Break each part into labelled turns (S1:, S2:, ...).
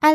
S1: 艾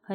S1: 可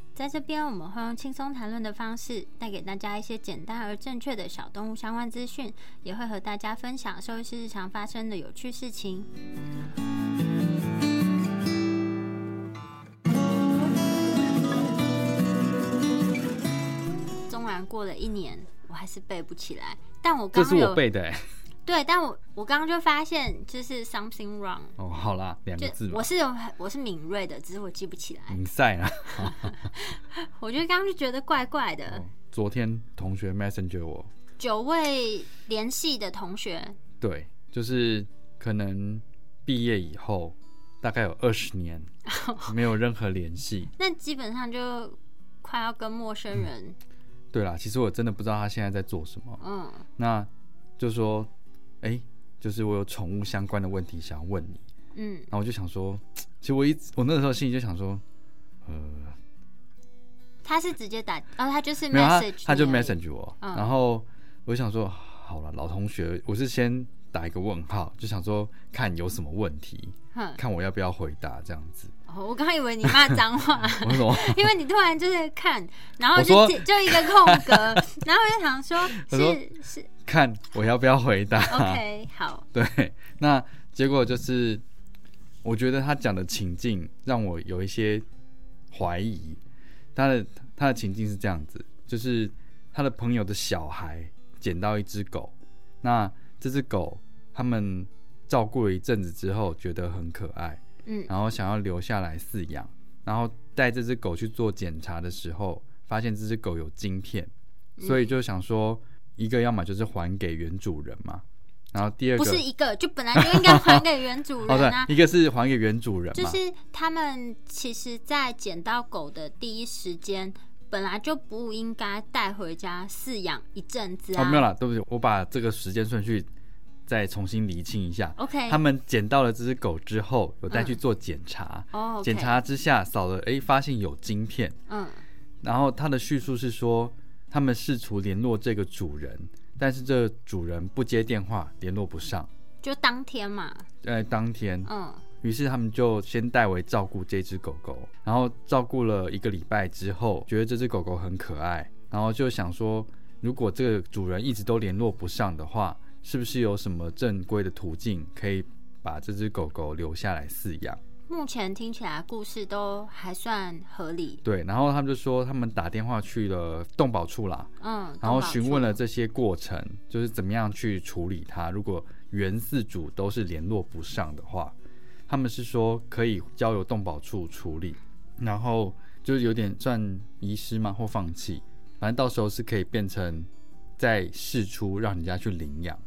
S1: 在这边我们会用轻松谈论的方式，带给大家一些简单而正确的小动物相关资讯，也会和大家分享兽医师日常发生的有趣事情。纵然过了一年，我还是背不起来。但我
S2: 这
S1: 刚
S2: 是
S1: 刚有
S2: 我背的哎、
S1: 对，但我我刚刚就发现，就是 something wrong，
S2: 哦，好啦，两
S1: 就
S2: 个字嘛
S1: 我，是有我是敏锐的，只是我记不起来。
S2: 明赛 啦。
S1: 我就刚刚就觉得怪怪的，
S2: 哦昨天同学 messenger 我，
S1: 九位联系的同学，
S2: 对，就是可能毕业以后大概有二十 年没有任何联系。
S1: 那基本上就快要跟陌生人，
S2: 对啦，其实我真的不知道他现在在做什么。
S1: 嗯
S2: 那就说，哎、就是我有宠物相关的问题想要问你。
S1: 嗯
S2: 然后我就想说，其实我一直我那时候心里就想说，呃，
S1: 他是直接打，哦，他就是
S2: 没有他
S1: message，
S2: 他就
S1: 你而已
S2: message 我，
S1: 嗯
S2: 然后我就想说，好了，老同学，我是先打一个问号，就想说看有什么问题，
S1: 哼、
S2: 看我要不要回答这样子。
S1: 哦我刚刚以为你骂脏话，
S2: 我说
S1: 因为你突然就是看，然后
S2: 我
S1: 就
S2: 说
S1: 就就一个空 格，然后我就想说，
S2: 我说
S1: 是 是
S2: 看我要不要回答。
S1: ，OK，好，
S2: 对，那结果就是，我觉得他讲的情境让我有一些怀疑。他的他的情境是这样子，就是他的朋友的小孩捡到一只狗，那这只狗他们照顾了一阵子之后，觉得很可爱，
S1: 嗯
S2: 然后想要留下来饲养，然后带这只狗去做检查的时候，发现这只狗有晶片，所
S1: 嗯
S2: 以就想说，一个要么就是还给原主人嘛，然后第二个
S1: 不是一个，就本来就应该还给原主
S2: 哦，
S1: 人啊，
S2: 对，一个是还给原主人
S1: 就
S2: 嘛，
S1: 是他们其实，在捡到狗的第一时间，本来就不应该带回家饲养一阵子啊。
S2: 哦，没有啦，对不起，我把这个时间顺序再重新厘清一下。
S1: OK，
S2: 他们捡到了这只狗之后，有带去做检查，
S1: 哦，OK，
S2: 检查之下扫了，诶，发现有晶片。
S1: 嗯
S2: 然后他的叙述是说，他们试图联络这个主人，但是这个主人不接电话，联络不上。
S1: 就当天嘛，
S2: 呃，当天，
S1: 嗯
S2: 于是他们就先代为照顾这只狗狗，然后照顾了一个礼拜之后，觉得这只狗狗很可爱，然后就想说，如果这个主人一直都联络不上的话，是不是有什么正规的途径可以把这只狗狗留下来饲养？
S1: 目前听起来故事都还算合理，
S2: 对，然后他们就说他们打电话去了动保处啦，
S1: 嗯，
S2: 然
S1: 动保
S2: 后
S1: 处
S2: 询问了，这些过程，就是怎么样去处理它。如果原饲主都是联络不上的话，他们是说可以交由动保处处理，然后就是有点算遗失吗？或放弃，反正到时候是可以变成再释出让人家去领养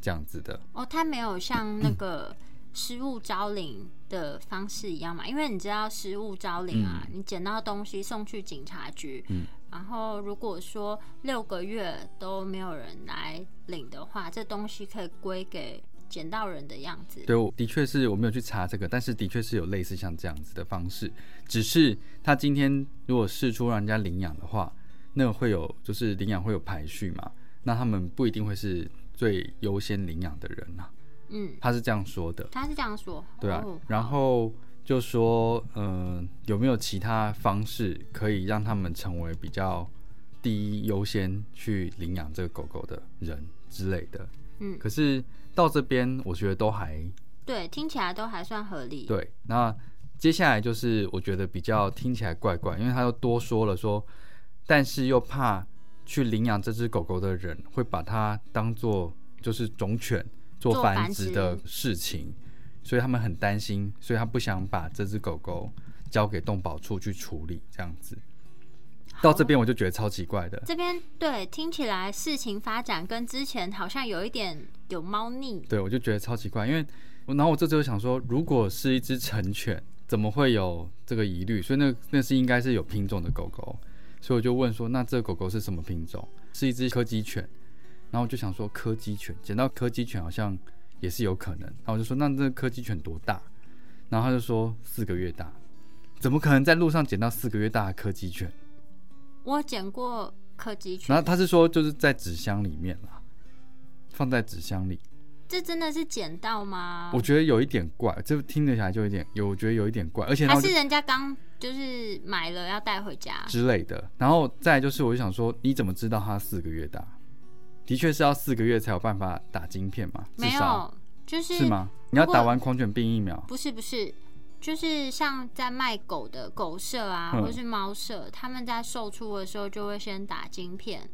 S2: 这样子的。
S1: 哦，他没有像那个失物招领的方式一样嘛，因为你知道失物招领啊，你捡到东西送去警察局，
S2: 嗯
S1: 然后如果说六个月都没有人来领的话，这东西可以归给捡到人的样子。
S2: 对，我的确是我没有去查这个，但是的确是有类似像这样子的方式，只是他今天如果试出让人家领养的话，那会有就是领养会有排序嘛，那他们不一定会是最优先领养的人啊，
S1: 嗯，
S2: 他是这样说的，
S1: 他是这样说。
S2: 对啊，
S1: 哦
S2: 然后就说嗯、呃有没有其他方式可以让他们成为比较第一优先去领养这个狗狗的人之类的，
S1: 嗯
S2: 可是到这边我觉得都还
S1: 对，听起来都还算合理。，
S2: 对，那接下来就是我觉得比较听起来怪怪，因为他又多说了说，但是又怕去领养这只狗狗的人会把它当做就是种犬做
S1: 做
S2: 繁
S1: 繁
S2: 殖
S1: 殖
S2: 的事情，所以他们很担心，所以他不想把这只狗狗交给动保处去处理这样子。到这边我就觉得超奇怪的，
S1: 这边对听起来事情发展跟之前好像有一点有猫腻，
S2: 对我就觉得超奇怪，因为我然后我这时候想说，如果是一只成犬，怎么会有这个疑虑？所以那那是应该是有品种的狗狗，所以我就问说，那这个狗狗是什么品种？是一只柯基犬，然后我就想说柯基犬，捡到柯基犬好像也是有可能，然后我就说那这个柯基犬多大？然后他就说四个月大，怎么可能在路上捡到四个月大的柯基犬？
S1: 我捡过柯基犬，
S2: 然后他是说就是在纸箱里面啦，放在纸箱里。
S1: 这真的是捡到吗？
S2: 我觉得有一点怪，这听得起来就有点有，我觉得有一点怪，而且然
S1: 还
S2: 后就是
S1: 人家刚就是买了要带回家，
S2: 之类的，然后再来就是我就想说，你怎么知道它四个月大？的确是要四个月才有办法打晶片嘛，至
S1: 没
S2: 少
S1: 有，就是
S2: 是吗？你要
S1: 如果
S2: 打完狂犬病疫苗，
S1: 不是不是，就是像在卖狗的狗舍啊，
S2: 嗯
S1: 或是猫舍，他们在售出的时候就会先打晶片，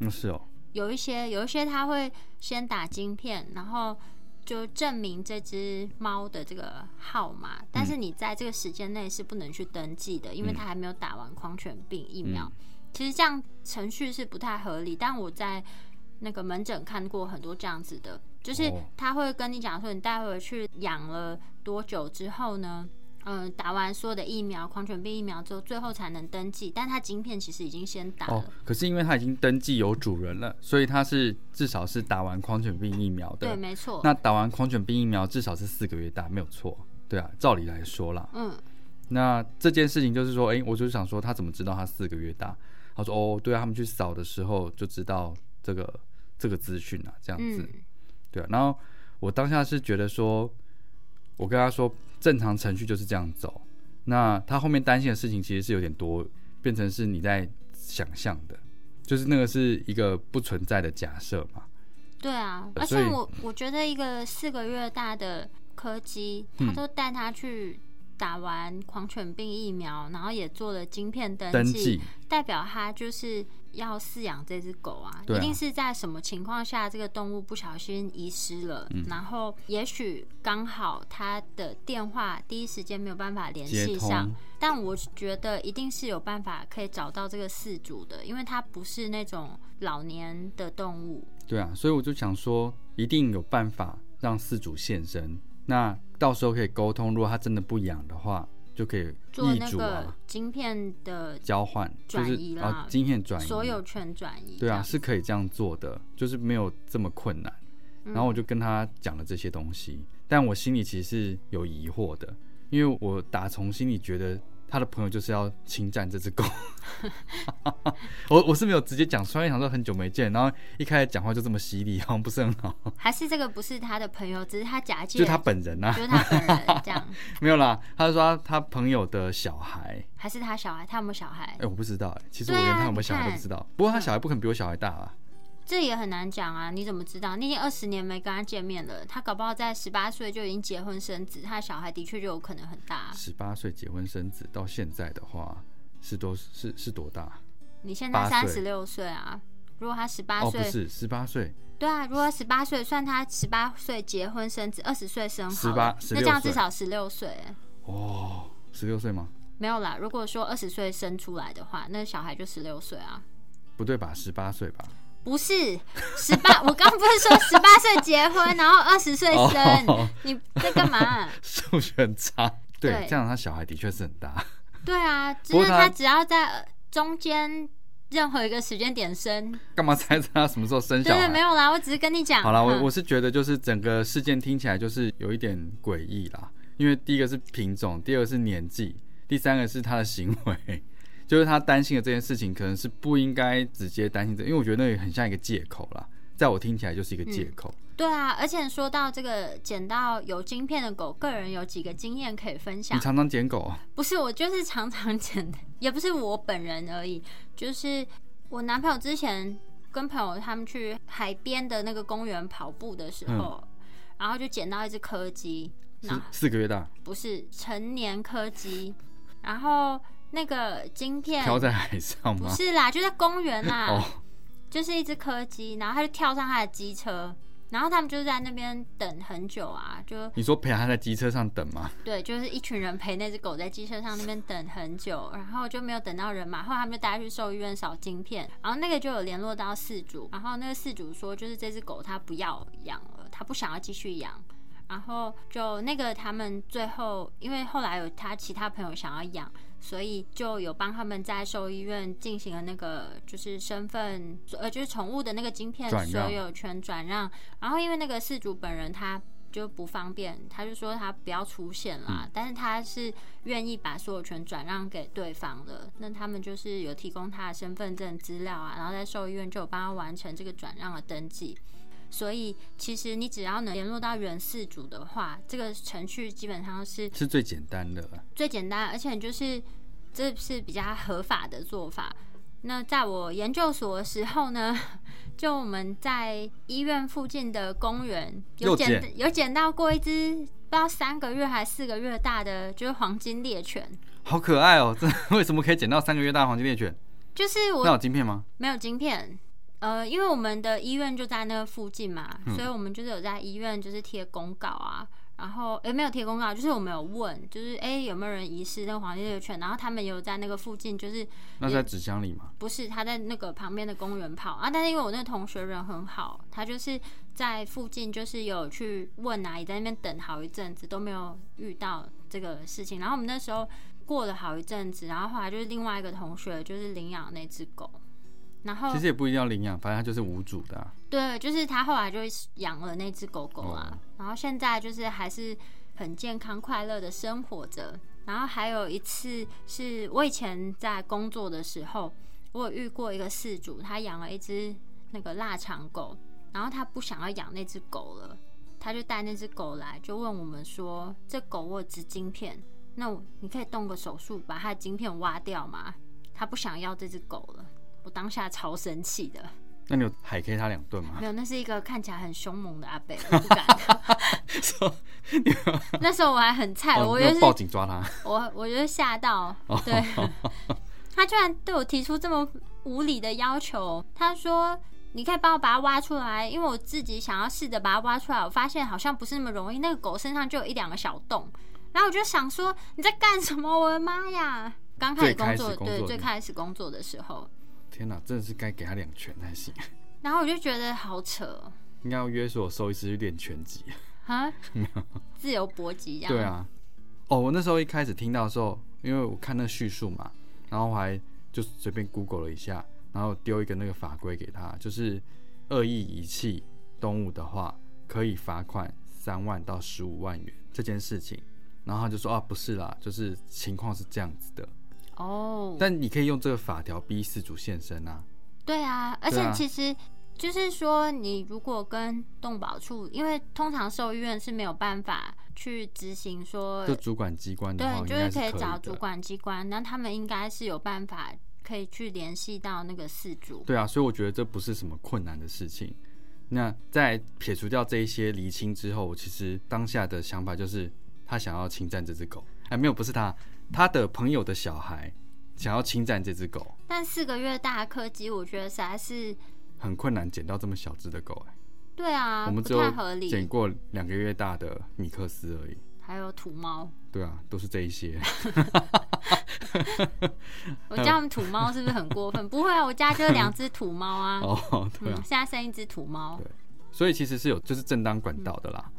S2: 嗯是哦，
S1: 有一些有一些他会先打晶片，然后就证明这只猫的这个号
S2: 嗯
S1: 码，但是你在这个时间内是不能去登记的，因为它还没有打完狂犬病疫苗。
S2: 嗯
S1: 其实这样程序是不太合理，但我在那个门诊看过很多这样子的，就是
S2: 哦
S1: 他会跟你讲说，你带回去养了多久之后呢？嗯，打完所有的疫苗，狂犬病疫苗之后，最后才能登记。但它晶片其实已经先打了，
S2: 哦，可是因为它已经登记有主人了，所以它是至少是打完狂犬病疫苗
S1: 对，
S2: 的。
S1: 没错。
S2: 那打完狂犬病疫苗至少是四个月大，没有错，对啊，照理来说啦，
S1: 嗯，
S2: 那这件事情就是说，诶，我就想说，他怎么知道他四个月大？他说，哦，对啊，他们去扫的时候就知道这个这个资讯啊，这样子，
S1: 嗯
S2: 对啊。然后我当下是觉得说，我跟他说，正常程序就是这样走。那他后面担心的事情其实是有点多，变成是你在想象的，就是那个是一个不存在的假设嘛。
S1: 对啊，
S2: 呃
S1: 而
S2: 所
S1: 且
S2: 以
S1: 我我觉得一个四个月大的柯基，
S2: 嗯
S1: 他都带他去打完狂犬病疫苗，然后也做了晶片登
S2: 登记
S1: 代表他就是要饲养这只狗啊，
S2: 对啊
S1: 一定是在什么情况下这个动物不小心遗失了，
S2: 嗯
S1: 然后也许刚好他的电话第一时间没有办法联
S2: 接
S1: 系上
S2: 通，，
S1: 但我觉得一定是有办法可以找到这个饲主的，因为它不是那种老年的动物。
S2: 对啊，所以我就想说，一定有办法让饲主现身。那到时候可以沟通，如果他真的不养的话，就可以
S1: 做
S2: 易
S1: 那
S2: 主
S1: 个
S2: 啊
S1: 晶片的
S2: 交换，就
S1: 转
S2: 是
S1: 移啦
S2: 啊经验转移，
S1: 所有权转移。
S2: 对
S1: 这
S2: 啊
S1: 样
S2: 是可以这样做的，就是没有这么困难。
S1: 嗯
S2: 然后我就跟他讲了这些东西，但我心里其实是有疑惑的，因为我打从心里觉得他的朋友就是要侵占这 只狗。 我我是没有直接讲出来，因为想说很久没见，然后一开始讲话就这么犀利，好像不是很好。
S1: 还是这个不是他的朋友，只是他假借，
S2: 就他本人啊
S1: 就，是他本人这样，
S2: 没有啦。他说他他朋友的小孩，
S1: 还是他小孩，他有没有小孩
S2: 哎、？我不知道哎、其实我
S1: 对啊
S2: 连他有没有小
S1: 你
S2: 孩
S1: 看
S2: 都不知道。不过他小孩不可能比我小孩大啊，
S1: 这也很难讲啊，你怎么知道？你已经二十年没跟他见面了，他搞不好在十八岁就已经结婚生子，他的小孩的确就有可能很大啊。
S2: 十八岁结婚生子，到现在的话是多是是多大？
S1: 你现在
S2: 八
S1: 三
S2: 岁
S1: 十六岁啊，如果他十八
S2: 哦，不
S1: 岁，
S2: 是十八岁，
S1: 对啊，如果十八岁算他十八岁结婚生子，二十岁生好
S2: 18
S1: 了，那这
S2: 16
S1: 样
S2: 岁
S1: 至少十六岁欸。
S2: 哦，十六岁吗？
S1: 没有啦，如果说二十岁生出来的话，那小孩就十六岁啊。
S2: 不对吧？十八岁吧？
S1: 不 是十八，我刚不是说十八岁结婚，然后二十岁生，
S2: 哦
S1: 你在干嘛？
S2: 数学很差。对，
S1: 对
S2: 这样他小孩的确是很大。
S1: 对啊，
S2: 不
S1: 就
S2: 过
S1: 是
S2: 他
S1: 他只要在中间任何一个时间点生，
S2: 干嘛猜测他什么时候生
S1: 对
S2: 小
S1: 对，
S2: 孩？
S1: 没有啊啦，我只是跟你讲。
S2: 好啦，我
S1: 嗯
S2: 我是觉得就是整个事件听起来就是有一点诡异啦，因为第一个是品种，第二个是年纪，第三个是他的行为， 就是他担心的这件事情可能是不应该直接担心这，因为我觉得那个很像一个借口啦，在我听起来就是一个借口。
S1: 对啊，而且说到这个捡到有晶片的狗，个人有几个经验可以分享
S2: 你。常常捡狗，
S1: 不是，我就是常常捡的，也不是我本人而已，就是我男朋友之前跟朋友他们去海边的那个公园跑步的时
S2: 嗯
S1: 候，然后就捡到一只柯基，
S2: 是
S1: 那
S2: 四个月大，
S1: 不是成年柯基，然后那个晶片
S2: 漂在海上
S1: 不啊
S2: 吗？
S1: 是啦，就在公园啦，
S2: 哦，
S1: 就是一只柯基，然后他就跳上他的机车，然后他们就在那边等很久啊，就
S2: 你说陪他在机车上等吗？
S1: 对，就是一群人陪那只狗在机车上那边等很久，然后就没有等到人嘛。后来他们就带它去兽医院扫晶片，然后那个就有联络到饲主，然后那个饲主说，就是这只狗他不要养了，他不想要继续养。然后就那个他们最后，因为后来有他其他朋友想要养，所以就有帮他们在兽医院进行了那个就是身份呃就是宠物的那个晶片
S2: 转
S1: 所
S2: 让
S1: 有权转让。然后因为那个事主本人他。就不方便，他就说他不要出现啦，但是他是愿意把所有权转让给对方的。那他们就是有提供他的身份证资料啊，然后在兽医院就有帮他完成这个转让的登记。所以其实你只要能联络到原事主的话，这个程序基本上是
S2: 是最简单的啦，
S1: 最简单，而且就是这是比较合法的做法。那在我研究所的时候呢，就我们在医院附近的公园有
S2: 又
S1: 捡
S2: 捡
S1: 有捡到过一只不知道三个月还是四个月大的，就是黄金猎犬。
S2: 好可爱哦！ 这为什么可以捡到三个月大的黄金猎犬？
S1: 就是我
S2: 那有晶片吗？
S1: 没有晶片。呃，因为我们的医院就在那附近嘛，所以我们就是有在医院就是贴公告啊，然后诶、没有贴公告，就是我们有问，就是诶、有没有人遗失那个黄金猎犬，然后他们有在那个附近，就是
S2: 那是在纸箱里吗？
S1: 不是他在那个旁边的公园跑啊，但是因为我那个同学人很好，他就是在附近就是有去问啊，也在那边等好一阵子都没有遇到这个事情，然后我们那时候过了好一阵子，然后后来就是另外一个同学就是领养那只狗。然后
S2: 其实也不一定要领养，反正它就是无主的、啊。
S1: 对，就是他后来就养了那只狗狗啊，
S2: 哦
S1: 然后现在就是还是很健康快乐的生活着。然后还有一次是我以前在工作的时候，我有遇过一个事主，他养了一只那个腊肠狗，然后他不想要养那只狗了，他就带那只狗来，就问我们说：“这狗我有植晶片，那我你可以动个手术把它的晶片挖掉吗？”他不想要这只狗了，我当下超生气的。
S2: 那你有海 K 它两顿吗
S1: 没？有，那是一个看起来很凶猛的阿伯，我不敢。 那时候我还很菜，
S2: 哦，
S1: 我
S2: 你有哦
S1: 就是
S2: 报警抓它。
S1: 我我就是吓到，对，他居然对我提出这么无理的要求。他说：“你可以帮我把它挖出来，因为我自己想要试着把它挖出来，我发现好像不是那么容易。那个狗身上就有一两个小洞。”然后我就想说：“你在干什么？我的妈呀！”刚开始
S2: 最
S1: 工
S2: 开始
S1: 作，
S2: 工
S1: 对，
S2: 作
S1: 最
S2: 的
S1: 开始工作的时候，
S2: 天哪，真的是该给它两拳才行。
S1: 然后我就觉得好扯哦
S2: 应该要约束我兽医师去练拳击。
S1: 啊，自由搏击一样。
S2: 对啊，哦，我那时候一开始听到的时候，因为我看那叙述嘛，然后我还就随便 Google 了一下，然后丢一个那个法规给他，就是恶意遗弃动物的话，可以罚款三万到十五万元这件事情。然后他就说啊，不是啦，就是情况是这样子的，
S1: 哦，
S2: 但你可以用这个法条逼饲主现身啊。
S1: 对啊，而
S2: 对
S1: 且
S2: 啊
S1: 其实就是说，你如果跟动保处，因为通常兽医院是没有办法去执行说
S2: 就，主管机关的话，
S1: 对，
S2: 应
S1: 就
S2: 该
S1: 可以
S2: 可以
S1: 找
S2: 的。
S1: 主管机关，那他们应该是有办法可以去联系到那个饲主。
S2: 对啊，所以我觉得这不是什么困难的事情。那在撇除掉这一些厘清之后，我其实当下的想法就是，他想要侵占这只狗。哎，没有，不是他，他的朋友的小孩想要侵占这只狗，
S1: 但四个月大的柯基，我觉得实在是，
S2: 很困难捡到这么小只的狗、哎，
S1: 对啊，
S2: 我们只
S1: 不太
S2: 有
S1: 合
S2: 捡
S1: 理。
S2: 过两个月大的米克斯而已。
S1: 还有土 猫，
S2: 对啊，都是这 一些。
S1: 我叫他们土猫是不是很过分？不会啊，我家就有两只土猫啊，
S2: 哦，对
S1: 嗯
S2: 啊，，
S1: 现在剩一只土猫。
S2: 对所以其实是有就是正当管道的啦。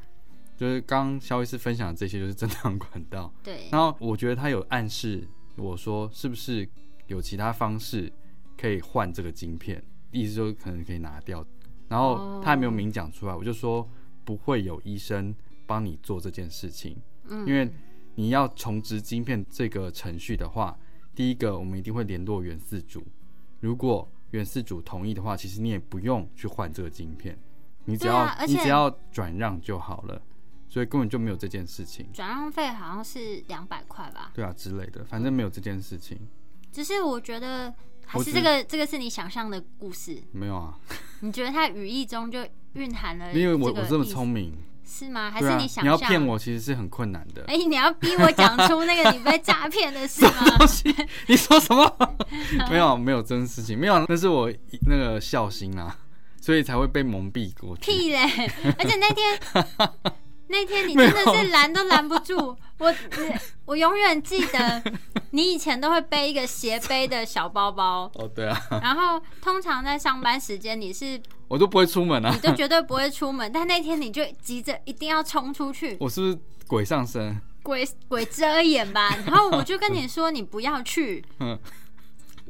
S2: 就是刚刚肖医师分享的这些，就是正当管道。
S1: 对，
S2: 然后我觉得他有暗示我说，是不是有其他方式可以换这个晶片？意思就是可能可以拿掉。然后他还没有明讲出来，我就说不会有医生帮你做这件事情，
S1: 嗯
S2: 因为你要重植晶片这个程序的话，第一个我们一定会联络原饲主，如果原饲主同意的话，其实你也不用去换这个晶片，你只
S1: 对
S2: 要、
S1: 啊而
S2: 你
S1: 且
S2: 只要转让就好了，所以根本就没有这件事情。
S1: 转让费好像是两百块吧，
S2: 对啊之类的，反正没有这件事情，
S1: 只是我觉得还
S2: 我
S1: 是
S2: 只
S1: 这个这个是你想象的故事，
S2: 没有啊，
S1: 你觉得它语义中就蕴含了，
S2: 因为我我这么聪，明，
S1: 是吗？还
S2: 对
S1: 是
S2: 啊，
S1: 想
S2: 你要
S1: 象？
S2: 骗？我其实是很困难的。
S1: 哎、你要逼我讲出那个你被诈骗的事吗？
S2: 东西， 啊你说什么？没有没有这件事情，没有，那是我一那个孝心啦，啊所以才会被蒙蔽过去。
S1: 屁嘞！而且那天那天你真的
S2: 没
S1: 是拦都拦不住我，我永远记得你以前都会背一个斜背的小包包，
S2: 哦，对啊，
S1: 然后通常在上班时间你是你
S2: 我都不会出门啊，
S1: 就绝对不会出门，但那天你就急着一定要冲出去，
S2: 我是不是鬼上身？
S1: 鬼鬼遮眼 吧。然后我就跟你说你不要去
S2: 嗯，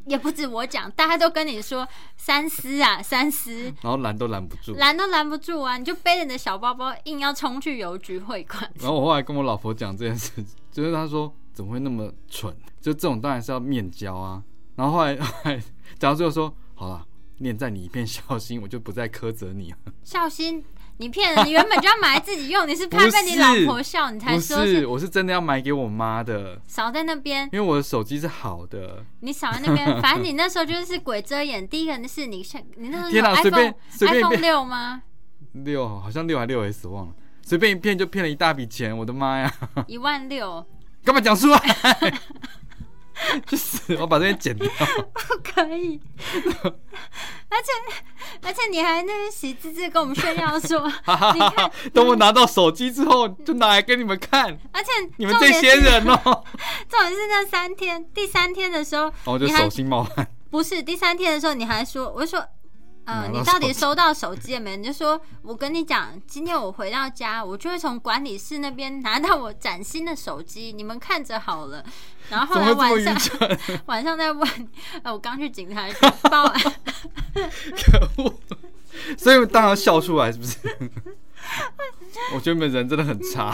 S1: 也不止我讲，大家都跟你说三思啊，三思。
S2: 然后拦都拦不住。
S1: 拦都拦不住啊！你就背着你的小包包，硬要冲去邮局汇款。
S2: 然后我后来跟我老婆讲这件事，就是她说怎么会那么蠢？就这种当然是要面交啊。然后后来后来讲到最后说，好啦，念在你一片孝心，我就不再苛责你了。
S1: 孝心，你骗人！你原本就要买来自己用，你是怕 被你老婆笑，你才
S2: 不
S1: 说
S2: 是，我是真的要买给我妈的，
S1: 少在那边，
S2: 因为我的手机是好的。
S1: 你少在那边。反正你那时候就是鬼遮眼。第一个是你像你那时候有
S2: 天哪随
S1: iPhone
S2: 便随便
S1: iPhone 六吗？
S2: 六好像六还六 S 忘了，随便一骗就骗了一大笔钱，我的妈呀！
S1: 一万六，
S2: 干嘛讲出来？ 去死！我把这些剪掉。
S1: 不 可以。而且而且你还那边喜滋滋跟我们炫耀 说，
S2: 哈哈哈哈！等我拿到手机之后，就拿来给你们看。
S1: 而且
S2: 你们
S1: 重
S2: 这
S1: 点是
S2: 些人哦，
S1: 重点是那三天，第三天的时候，
S2: 然后哦就
S1: 你还
S2: 手心冒汗。
S1: 不是第三天的时候，你还说，我就说，呃，
S2: 拿到
S1: 你到底收到手机了没？你就说，我跟你讲，今天我回到家，我就会从管理室那边拿到我崭新的手机，你们看着好 了。然后后来
S2: 怎么会
S1: 晚
S2: 这么
S1: 上
S2: 愚蠢？
S1: 晚上再问，呃，我刚去警察局 报案，
S2: 可恶！所以当然笑出来，是不是？我觉得你们人真的很差。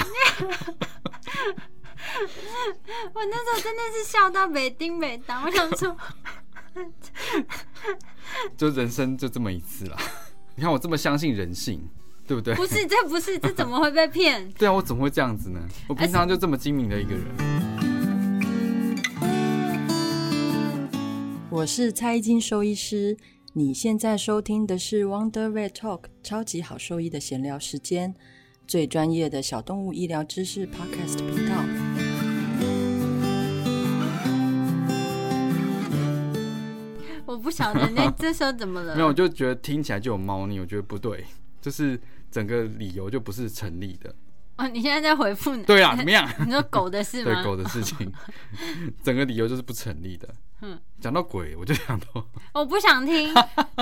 S1: 我那时候真的是笑到北丁北当，我想说，
S2: 就人生就这么一次啦。你看我这么相信人性，对不对？
S1: 不是，这不是，这怎么会被骗？
S2: 对啊，我怎么会这样子呢？我平常就这么精明的一个人。
S3: 我是蔡一金兽医师，你现在收听的是 Wonder Vet Talk 超级好兽医的闲聊时间，最专业的小动物医疗知识 Podcast 频道。
S1: 我不晓得 那这时候怎么了？
S2: 没有，我就觉得听起来就有猫腻，我觉得不对，就是整个理由就不是成立的。
S1: 哦，你现在在回复呢？
S2: 对啊，怎么样？
S1: 你说狗的事吗
S2: 对？狗的事情，整个理由就是不成立的。
S1: 嗯
S2: 嗯，讲到鬼，我就想到
S1: 我不想 听，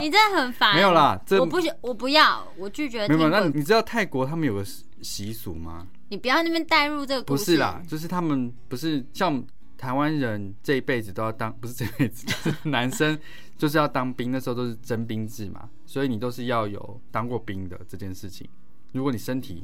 S1: 你真的很烦。
S2: 没有啦这
S1: 我不想，我不要，我拒绝
S2: 没
S1: 听鬼
S2: 有，没有
S1: 故事。
S2: 那你知道泰国他们有个习习俗吗？
S1: 你不要那边带入这个故
S2: 不
S1: 事。
S2: 是啦，就是他们不是像台湾人这一辈子都要当，不是这辈子，就是男生就是要当兵，那时候都是征兵制嘛，所以你都是要有当过兵的这件事情。如果你身体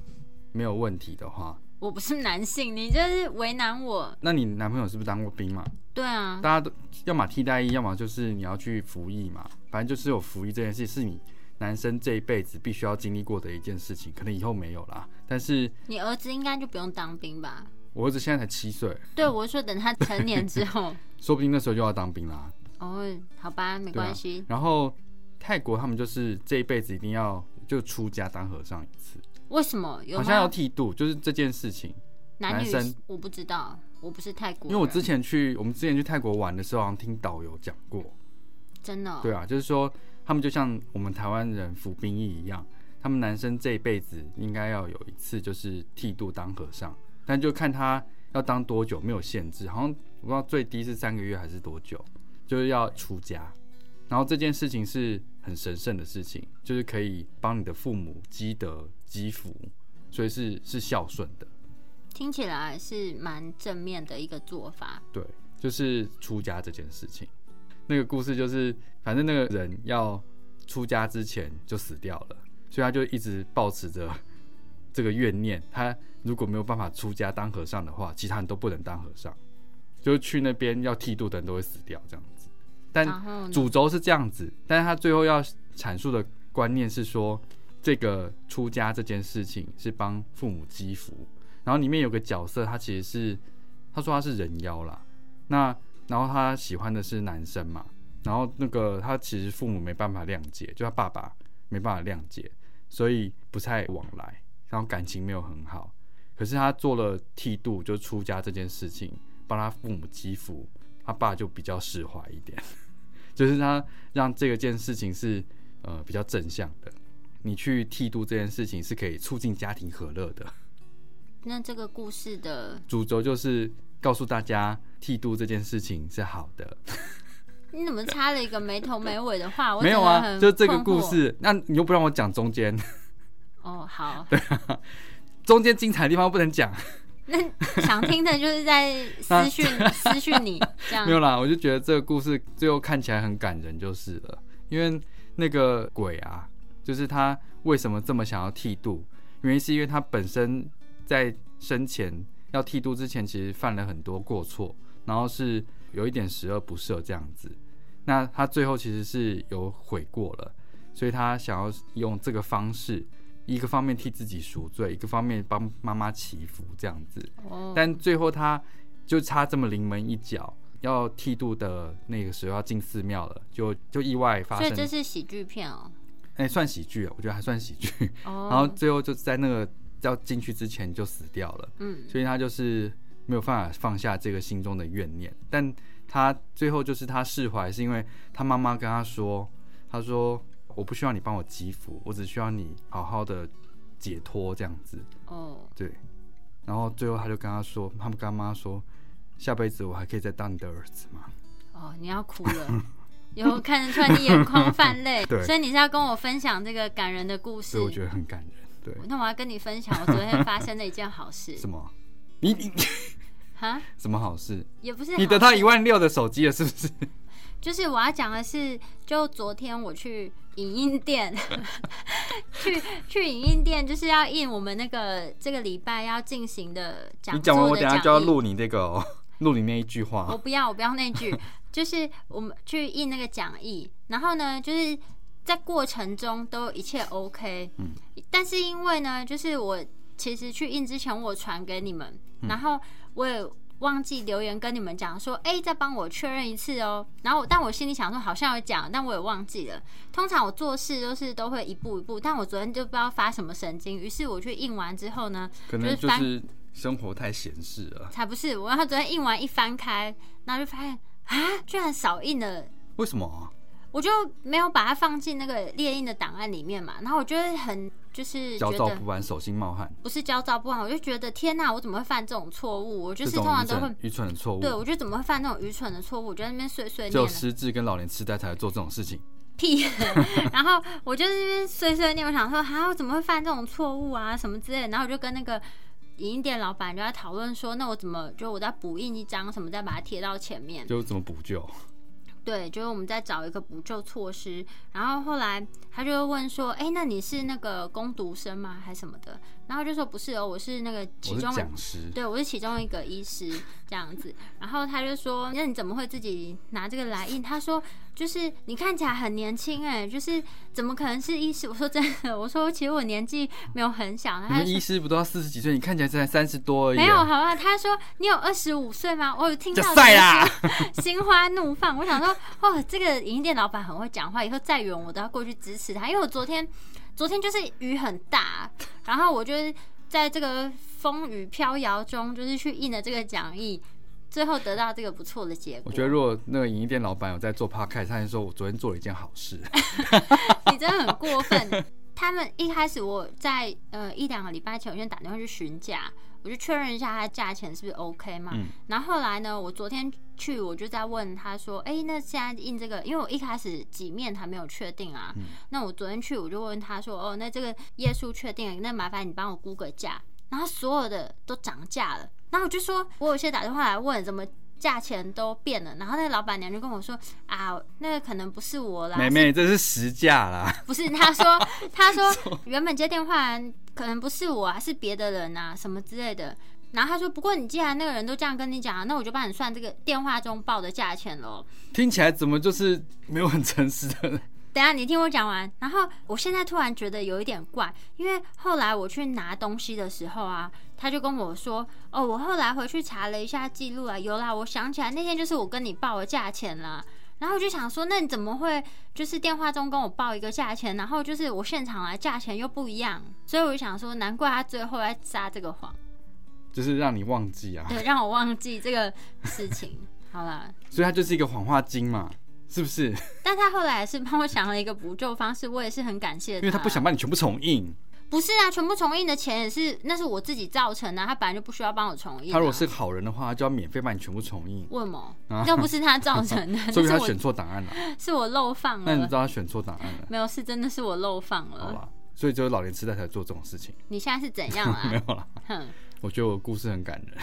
S2: 没有问题的话，
S1: 我不是男性，你就是为难我。
S2: 那你男朋友是不是当过兵嘛？
S1: 对啊，
S2: 大家都要么替代役，要么就是你要去服役嘛。反正就是有服役这件事，是你男生这一辈子必须要经历过的一件事情，可能以后没有啦。但是
S1: 你儿子应该就不用当兵吧？
S2: 我儿子现在才七岁，
S1: 对，我说等他成年之 后。
S2: 说不定那时候就要当兵啦。
S1: 哦，好吧，没
S2: 对啊
S1: 关系。
S2: 然后泰国他们就是这一辈子一定要就出家当和尚一次，
S1: 为什么有
S2: 好
S1: 吗？
S2: 像要剃度，就是这件事情。
S1: 男女
S2: 男生
S1: 我不知道，我不是泰国
S2: 因
S1: 人。
S2: 为我之前去我们之前去泰国玩的时候，好像听导游讲过，
S1: 真的哦、
S2: 对啊，就是说他们就像我们台湾人服兵役一样，他们男生这一辈子应该要有一次就是剃度当和尚，但就看他要当多久，没有限制，好像我不知道最低是三个月还是多久，就是要出家。然后这件事情是很神圣的事情，就是可以帮你的父母积德积福，所以是是孝顺的。
S1: 听起来是蛮正面的一个做法。
S2: 对，就是出家这件事情。那个故事就是，反正那个人要出家之前就死掉了，所以他就一直保持着这个怨念。他如果没有办法出家当和尚的话，其他人都不能当和尚，就是去那边要剃度的人都会死掉这样子。但
S1: 然后呢
S2: 主轴是这样子，但是他最后要阐述的观念是说，这个出家这件事情是帮父母积福。然后里面有个角色，他其实是他说他是人妖啦，那然后他喜欢的是男生嘛，然后那个他其实父母没办法谅解，就他爸爸没办法谅解，所以不太往来，然后感情没有很好。可是他做了剃度，就出家这件事情，帮他父母积福，他爸就比较释怀一点。就是他让这个件事情是呃比较正向的。你去剃度这件事情是可以促进家庭和乐的。
S1: 那这个故事的，
S2: 主轴就是告诉大家剃度这件事情是好的，
S1: 你怎么插了一个没头没尾的话？我
S2: 没有
S1: 整个
S2: 啊，
S1: 很
S2: 就这个
S1: 困惑
S2: 故。事，那你又不让我讲中间，
S1: 哦，好，
S2: 中间精彩的地方不能讲，
S1: 那想听的就是在私 讯私讯你这样
S2: 没。有啦，我就觉得这个故事最后看起来很感人就是了，因为那个鬼啊，就是他为什么这么想要剃度，原因是因为他本身在生前要剃度之前，其实犯了很多过错，然后是有一点十恶不赦这样子。那他最后其实是有悔过了，所以他想要用这个方式，一个方面替自己赎罪，一个方面帮妈妈祈福这样子。
S1: 哦，
S2: 但最后他就差这么临门一脚，要剃度的那个时候要进寺庙了，就就意外发
S1: 所以
S2: 生，
S1: 这
S2: 哎、
S1: 是喜剧片哦。
S2: 算喜剧啊，我觉得还算喜剧。
S1: 哦，
S2: 然后最后就在那个要进去之前就死掉了，
S1: 嗯，
S2: 所以他就是没有办法放下这个心中的怨念。但他最后就是他释怀，是因为他妈妈跟他说，他说我不需要你帮我祈福，我只需要你好好的解脱这样子。
S1: 哦，
S2: 对，然后最后他就跟他说，他们跟他妈说，下辈子我还可以再当你的儿子吗？
S1: 哦，你要哭 了。以后看得出来你眼眶泛泪，
S2: 对
S1: 所以你是要跟我分享这个感人的故事
S2: 所以。我觉得很感人。对，
S1: 那我要跟你分享我昨天发生的一件好事
S2: 什么？你你
S1: 哈，
S2: 什么好事？
S1: 也不是
S2: 你
S1: 好
S2: 得到一万六的手机了是不 是？
S1: 就是我要讲的是，就昨天我去影音店， 去去影音店就是要印我们那个这个礼拜要进行的讲
S2: 你
S1: 座
S2: 讲
S1: 的
S2: 完我等下就要
S1: 讲义
S2: 录你这个哦， 录你那一句话
S1: 我。不要，我不要那句，就是我们去印那个讲义，然后呢，就是在过程中都一切 OK，
S2: 嗯，
S1: 但是因为呢，就是我其实去印之前我传给你们，
S2: 嗯
S1: 然后我也。忘记留言跟你们讲说，哎、再帮我确认一次哦。然后我，但我心里想说，好像有讲，但我也忘记了。通常我做事都是都会一步一步，但我昨天就不知道发什么神经，于是我去印完之后呢，
S2: 可
S1: 能
S2: 能
S1: 就
S2: 就是是生活太闲适了。
S1: 才不是，我然后昨天印完一翻开，然后就发现啊，居然少印了
S2: 为什么啊？
S1: 我就没有把它放进那个列印的档案里面嘛，然后我就会很就是觉
S2: 焦躁
S1: 得
S2: 不安，手心冒汗，
S1: 不是焦躁不安，我就觉得天哪，我怎么会犯这种错误？我就
S2: 这
S1: 是
S2: 种
S1: 通常
S2: 愚
S1: 都会
S2: 蠢愚蠢的错误，
S1: 对我就怎么会犯那种愚蠢的错误？我就在那边碎碎
S2: 只
S1: 念
S2: 有
S1: 了
S2: 失智跟老年痴呆才会做这种事情。
S1: 屁， 然后我就在那边碎碎念，我想说啊，我怎么会犯这种错误啊什么之类的，然后我就跟那个。影音店老板就在讨论说，那我怎么就我再补印一张什么，再把它贴到前面。
S2: 就怎么补救？
S1: 对，就是我们在找一个补救措施。然后后来他就会问说：“哎、那你是那个攻读生吗？还是什么的？”然后就说：“不是哦，我是那个其
S2: 我是
S1: 中，
S2: 讲师，
S1: 对我是其中一个医师这样子。”然后他就说：“那你怎么会自己拿这个来印？”他说：“就是你看起来很年轻，哎，就是怎么可能是医师？”我说：“真的，我说其实我年纪没有很小。”然后
S2: 你
S1: 他就
S2: 们
S1: 说
S2: 医师不都要四十几岁？你看起来才三十多而已。啊
S1: 没有，好不好？他说你有二十五岁吗？我有听
S2: 就
S1: 到
S2: 晒
S1: 这个
S2: 啦
S1: 心花怒放。我想说，哦，这个影店老板很会讲话，以后再远我都要过去支持他。因为我昨天，昨天就是雨很大，然后我就是在这个风雨飘摇中，就是去印了这个讲义，最后得到这个不错的结果。
S2: 我觉得如果那个影音店老板有在做 podcast，他就说我昨天做了一件好事，
S1: 你真的很过分。他们一开始我在呃一两个礼拜前，我先打电话去询价，我就确认一下它的价钱是不是 OK 嘛。
S2: 嗯
S1: 然后后来呢，我昨天去我就在问他说，哎、那现在印这个，因为我一开始几面还没有确定啊。
S2: 嗯
S1: 那我昨天去我就问他说，哦，那这个页数确定了，那麻烦你帮我估个价。然后所有的都涨价了，然后我就说，我有些打电话来问怎么。价钱都变了，然后那个老板娘就跟我说啊，那个可能不是我啦，
S2: 妹
S1: 是
S2: 妹这是实价啦，
S1: 不是，他说，他说原本接电话可能不是我啊，是别的人啊，什么之类的。然后他说，不过你既然那个人都这样跟你讲、啊，那我就帮你算这个电话中报的价钱喽。
S2: 听起来怎么就是没有很诚实的？
S1: 等一下你听我讲完。然后我现在突然觉得有一点怪，因为后来我去拿东西的时候啊，他就跟我说，哦，我后来回去查了一下记录啊，有啦，我想起来那天就是我跟你报的价钱啦。然后我就想说，那你怎么会就是电话中跟我报一个价钱，然后就是我现场来价钱又不一样，所以我就想说，难怪他最后在撒这个 谎，
S2: 就是让你忘记啊，
S1: 对，让我忘记这个事情。好啦，
S2: 所以它就是一个谎话精嘛，是不是？
S1: 但他后来是帮我想了一个补救方式，我也是很感谢
S2: 因为他不想把你全部重印。
S1: 不是啊，全部重印的钱也是那是我自己造成的啊，他本来就不需要帮我重印啊、
S2: 他如果是个好人的话，他就要免费把你全部重印。
S1: 问某
S2: 啊，
S1: 又不是他造 成的，
S2: 所以
S1: 是
S2: 他
S1: 我
S2: 选错档案了。
S1: 是我漏放
S2: 那你知
S1: 了，
S2: 道他选错档案了，
S1: 没有是真的是我漏放
S2: 好
S1: 了。
S2: 吧？所以只有老年痴呆才做这种事情，
S1: 你现在是怎样
S2: 没
S1: 啊？
S2: 有啦。
S1: 哼，
S2: 我觉得我故事很感人，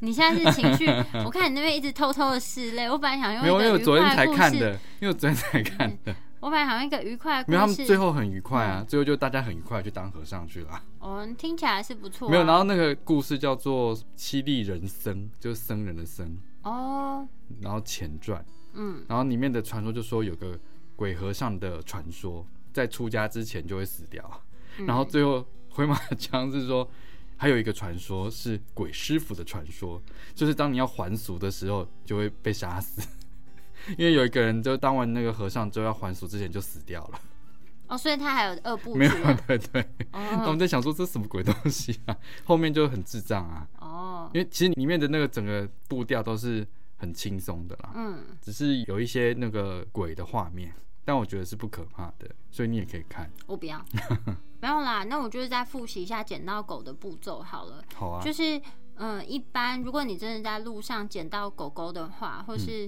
S1: 你现在是情 绪，我看你那边一直偷偷的拭泪。我本来想用
S2: 没有，因为
S1: 一
S2: 我
S1: 个愉
S2: 昨天
S1: 快
S2: 才
S1: 故
S2: 看
S1: 事，
S2: 的，因为我昨天才看的，
S1: 我本来想用一个愉快的故事。
S2: 没有，他们最后很愉快
S1: 嗯
S2: 啊，最后就大家很愉快地去当和尚去了。啊
S1: 哦，听起来是不错啊、
S2: 没有，然后那个故事叫做《七力人僧》，就是僧人的僧，
S1: 哦，
S2: 然后前传，
S1: 嗯，
S2: 然后里面的传说就说有个鬼和尚的传说，在出家之前就会死掉，
S1: 嗯
S2: 然后最后回马枪是说。还有一个传说是鬼师傅的传说，就是当你要还俗的时候就会被杀死， 因为有一个人就当完那个和尚之后要还俗之前就死掉了，
S1: 哦，所以他还有二部
S2: 没
S1: 曲
S2: 有
S1: 啊。
S2: 对对，那我
S1: 哦
S2: 们在想说这什么鬼东西啊，后面就很智障啊，
S1: 哦，
S2: 因为其实里面的那个整个步调都是很轻松的啦，
S1: 嗯，
S2: 只是有一些那个鬼的画面，但我觉得是不可怕的，所以你也可以看。
S1: 我不要，没有啦。那我就是再复习一下捡到狗的步骤好了。
S2: 好啊，
S1: 就是嗯，一般如果你真的在路上捡到狗狗的话，或是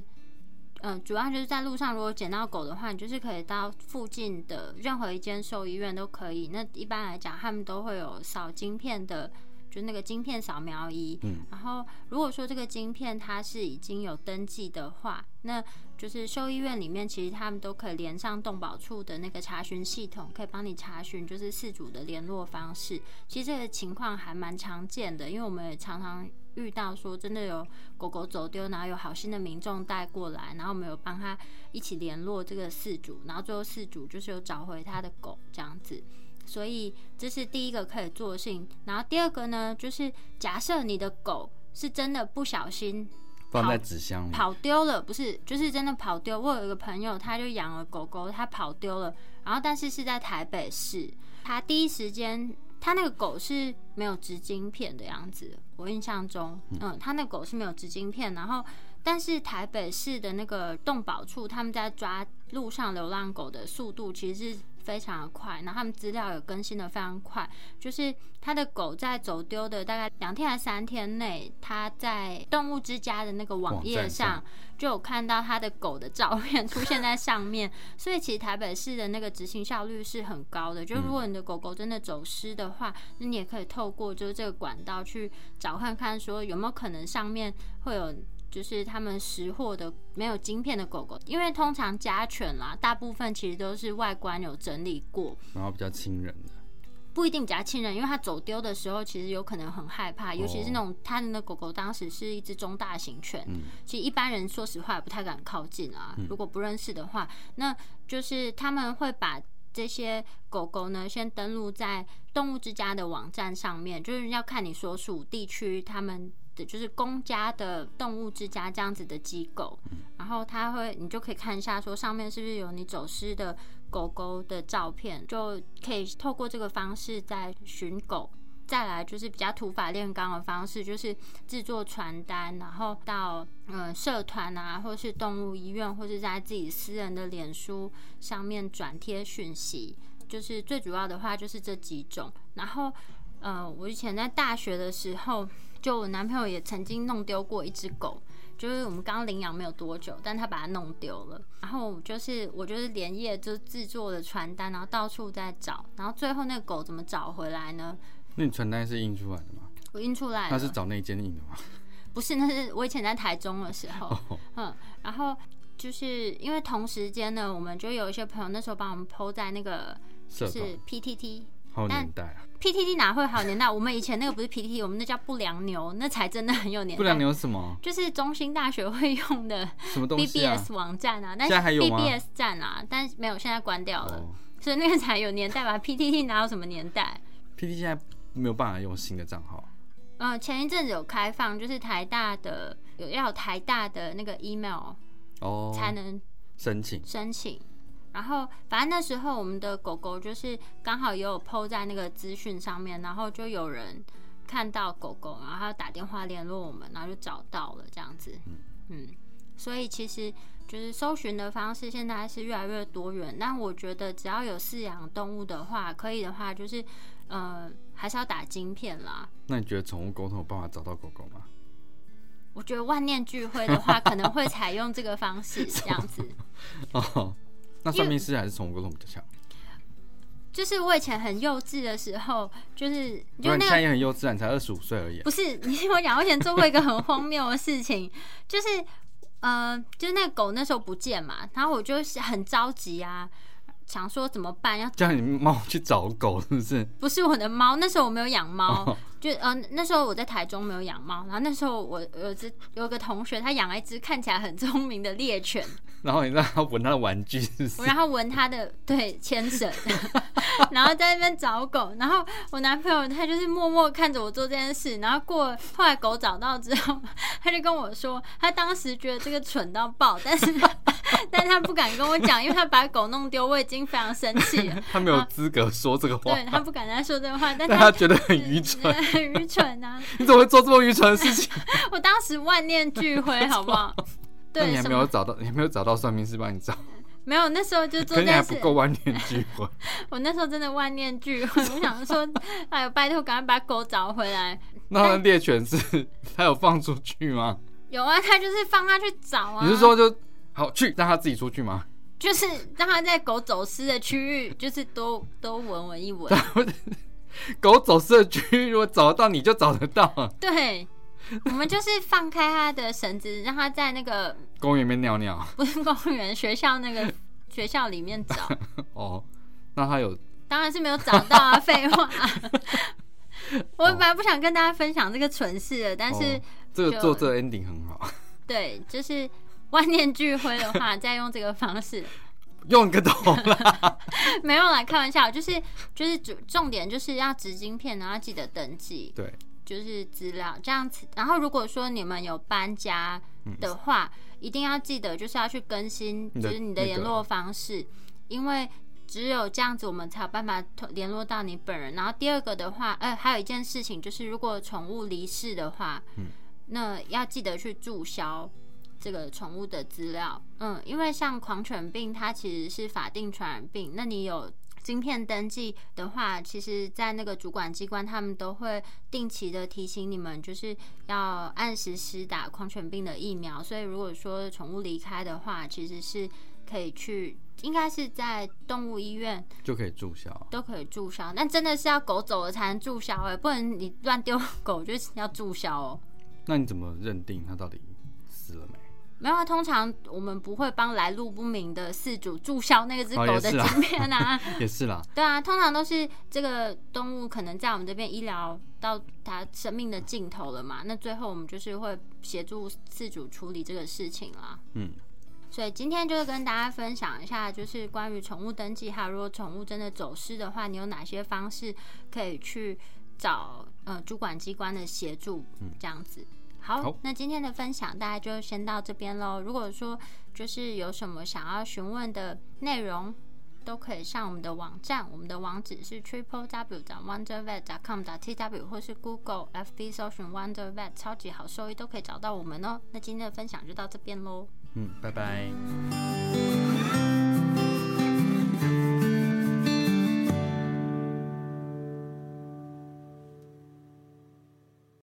S1: 嗯、呃主要就是在路上如果捡到狗的话，你就是可以到附近的任何一间兽医院都可以。那一般来讲，他们都会有扫晶片的。就那个晶片扫描仪，
S2: 嗯
S1: 然后如果说这个晶片它是已经有登记的话，那就是兽医院里面其实他们都可以连上动保处的那个查询系统，可以帮你查询就是饲主的联络方式。其实这个情况还蛮常见的，因为我们也常常遇到说真的有狗狗走丢，然后有好心的民众带过来，然后我们有帮他一起联络这个饲主，然后最后饲主就是有找回他的狗这样子。所以这是第一个可以做的事情，然后第二个呢，就是假设你的狗是真的不小心
S2: 放在纸箱里。
S1: 跑丢了，不是，就是真的跑丢。我有一个朋友，他就养了狗狗，他跑丢了，然后但是是在台北市，他第一时间，他那个狗是没有植晶片的样子，我印象中，嗯，他那个狗是没有植晶片，然后但是台北市的那个动保处，他们在抓路上流浪狗的速度其实是非常的快，然后他们资料也更新的非常快，就是他的狗在走丢的大概两天还是三天内，他在动物之家的那个网页
S2: 网站上
S1: 上就有看到他的狗的照片出现在上面，所以其实台北市的那个执行效率是很高的。就如果你的狗狗真的走失的话，那你也可以透过就是这个管道去找看看，说有没有可能上面会有就是他们识货的没有晶片的狗狗，因为通常家犬啦，大部分其实都是外观有整理过，
S2: 然后比较亲人的，
S1: 不一定比较亲人，因为它走丢的时候其实有可能很害怕，尤其是那种它的那狗狗当时是一只中大型犬，
S2: 嗯
S1: 其实一般人说实话也不太敢靠近啊，如果不认识的话，那就是他们会把。这些狗狗呢，先登录在动物之家的网站上面，就是要看你所属地区他们的就是公家的动物之家这样子的机构，然后他会你就可以看一下说上面是不是有你走失的狗狗的照片，就可以透过这个方式在寻狗。再来就是比较土法炼钢的方式，就是制作传单，然后到嗯社团啊，或是动物医院，或是在自己私人的脸书上面转贴讯息。就是最主要的话就是这几种。然后，呃，我以前在大学的时候，就我男朋友也曾经弄丢过一只狗，就是我们刚领养没有多久，但他把它弄丢了。然后就是我就是连夜就制作了传单，然后到处在找，然后最后那个狗怎么找回来呢？
S2: 那你传单是印出来的吗？
S1: 我印出来了，
S2: 他是找那间印的吗？
S1: 不是，那是我以前在台中的时候，
S2: 哦
S1: 嗯，然后就是因为同时间呢，我们就有一些朋友那时候帮我们 PO 在那个就
S2: 社
S1: 是
S2: 团，
S1: PTT。
S2: 好有
S1: 但
S2: 年代啊！
S1: PTT 哪会好年代？我们以前那个不是 PTT，我们那叫不良牛，那才真的很有年代。
S2: 不然你有什么
S1: 就是中兴大学会用的
S2: 什么东西啊？
S1: BBS 网站啊，但
S2: 现在还
S1: 是
S2: 有吗
S1: BBS 站啊，但是没有，现在关掉了，
S2: 哦
S1: 所以那个才有年代吧。PTT 哪有什么年代？
S2: ，PT 现在没有办法用新的账号，
S1: 嗯，前一阵子有开放，就是台大的有要有台大的那个 email
S2: 哦，
S1: 才能
S2: 申请
S1: 申请。然后，反正那时候我们的狗狗就是刚好也有 PO 在那个资讯上面，然后就有人看到狗狗，嗯然后他打电话联络我们，然后就找到了这样子。嗯所以其实就是搜寻的方式现在是越来越多元。但我觉得只要有饲养动物的话，可以的话就是，呃，还是要打晶片啦。
S2: 那你觉得宠物沟通有办法找到狗狗吗？
S1: 我觉得万念俱灰的话，可能会采用这个方式，这样子。
S2: 哦，那算命师还是宠物沟通比较强？
S1: 就是我以前很幼稚的时候，就是
S2: 不
S1: 就那
S2: 然你现
S1: 个
S2: 在也很幼稚啊，你才二十五岁而已啊。
S1: 不是，你听我讲，我以前做过一个很荒谬的事情， 就是呃，就是那个狗那时候不见嘛，然后我就是很着急啊，想说怎么办，要
S2: 叫你猫去找狗是不是？
S1: 不是我的猫，那时候我没有养猫，
S2: 哦
S1: 就呃那时候我在台中没有养猫，然后那时候我有只有个同学他养了一只看起来很聪明的猎犬，
S2: 然后你让它闻它的玩具是不 是
S1: 我？让他闻他的对牵 绳， 然后在那边找狗，然后我男朋友他就是默默看着我做这件事，然后过后来狗找到之后， 他就跟我说，他当时觉得这个蠢到爆，但是 但是他不敢跟我讲，因为他把狗弄丢，我已经非常生气 了，
S2: 它没有资格说这个话
S1: 对，他不敢再说这个话，但
S2: 但
S1: 他
S2: 它觉得很愚蠢。
S1: 很愚蠢啊！
S2: 你怎么会做这么愚蠢的 事情？
S1: 我当时万念俱 灰，好不好？
S2: 那
S1: 对，
S2: 你还
S1: 什
S2: 没
S1: 么
S2: 有找到，你还没有找到算命师帮 你找，
S1: 没有，那时候就做
S2: 可
S1: 这
S2: 是你还
S1: 件
S2: 不
S1: 事，
S2: 够万念俱 灰。
S1: 我那时候真的万念俱灰， 我想说，哎呦，拜托，赶快把狗找回来。
S2: 那它的猎犬是它有放出去吗？
S1: 有啊，他就是放它去找啊。
S2: 你是说就好去让它自己出去吗？
S1: 就是让它在狗走失的区域，就是多多闻闻一闻？
S2: 狗走社区，如果找得到你就找得到啊。
S1: 对，我们就是放开它的绳子，让它在那个
S2: 公园里面尿尿
S1: 不是公园，学校那个学校里面找，
S2: 哦，那它有
S1: 当然是没有找到 啊，废话。
S2: 哦
S1: 我本来不想跟大家分享这个蠢事的，但是、
S2: 哦这
S1: 就
S2: 个做这个 ending 很好，
S1: 对，就是万念俱灰的话，再用这个方式。
S2: 用个头 啦。
S1: 没有啦，开玩笑，就是就是主重点就是要植晶片，然后记得登记，
S2: 对，
S1: 就是资料这样子。然后如果说你们有搬家的话，一定要记得就是要去更新，
S2: 你
S1: 就
S2: 的
S1: 是你的
S2: 那
S1: 联
S2: 个
S1: 络方式，因为。只有这样子，我们才有办法通联络到你本人。然后第二个的话，呃，还有一件事情就是，如果宠物离世的话，
S2: 嗯
S1: 那要记得去注销这个宠物的资料。嗯，因为像狂犬病，它其实是法定传染病，那你有。晶片登记的话，其实，在那个主管机关，他们都会定期的提醒你们，就是要按时施打狂犬病的疫苗。所以，如果说宠物离开的话，其实是可以去，应该是在动物医院
S2: 就可以注销啊。
S1: 都可以注销。但真的是要狗走了才能注销哎、不然你乱丢狗就是要注销哦、
S2: 那你怎么认定它到底死了没？
S1: 没有啊，通常我们不会帮来路不明的饲主注销那只
S2: 哦
S1: 狗的
S2: 也是啊
S1: 晶片 啊。
S2: 也是啦，
S1: 对啊，通常都是这个动物可能在我们这边医疗到它生命的尽头了嘛，那最后我们就是会协助饲主处理这个事情啦。
S2: 嗯，
S1: 所以今天就是跟大家分享一下，就是关于宠物登记，还有如果宠物真的走失的话，你有哪些方式可以去找呃主管机关的协助，这样子。好，
S2: 好
S1: 那今天的分享大家就先到这边喽。如果说就是有什么想要询问的内容，都可以上我们的网站，我们的网址是 triple w wonder vet com t w 或是 Google FB 搜寻 wonder vet 超级好兽医都可以找到我们哦。那今天的分享就到这边喽。
S2: 嗯，拜拜。
S4: 「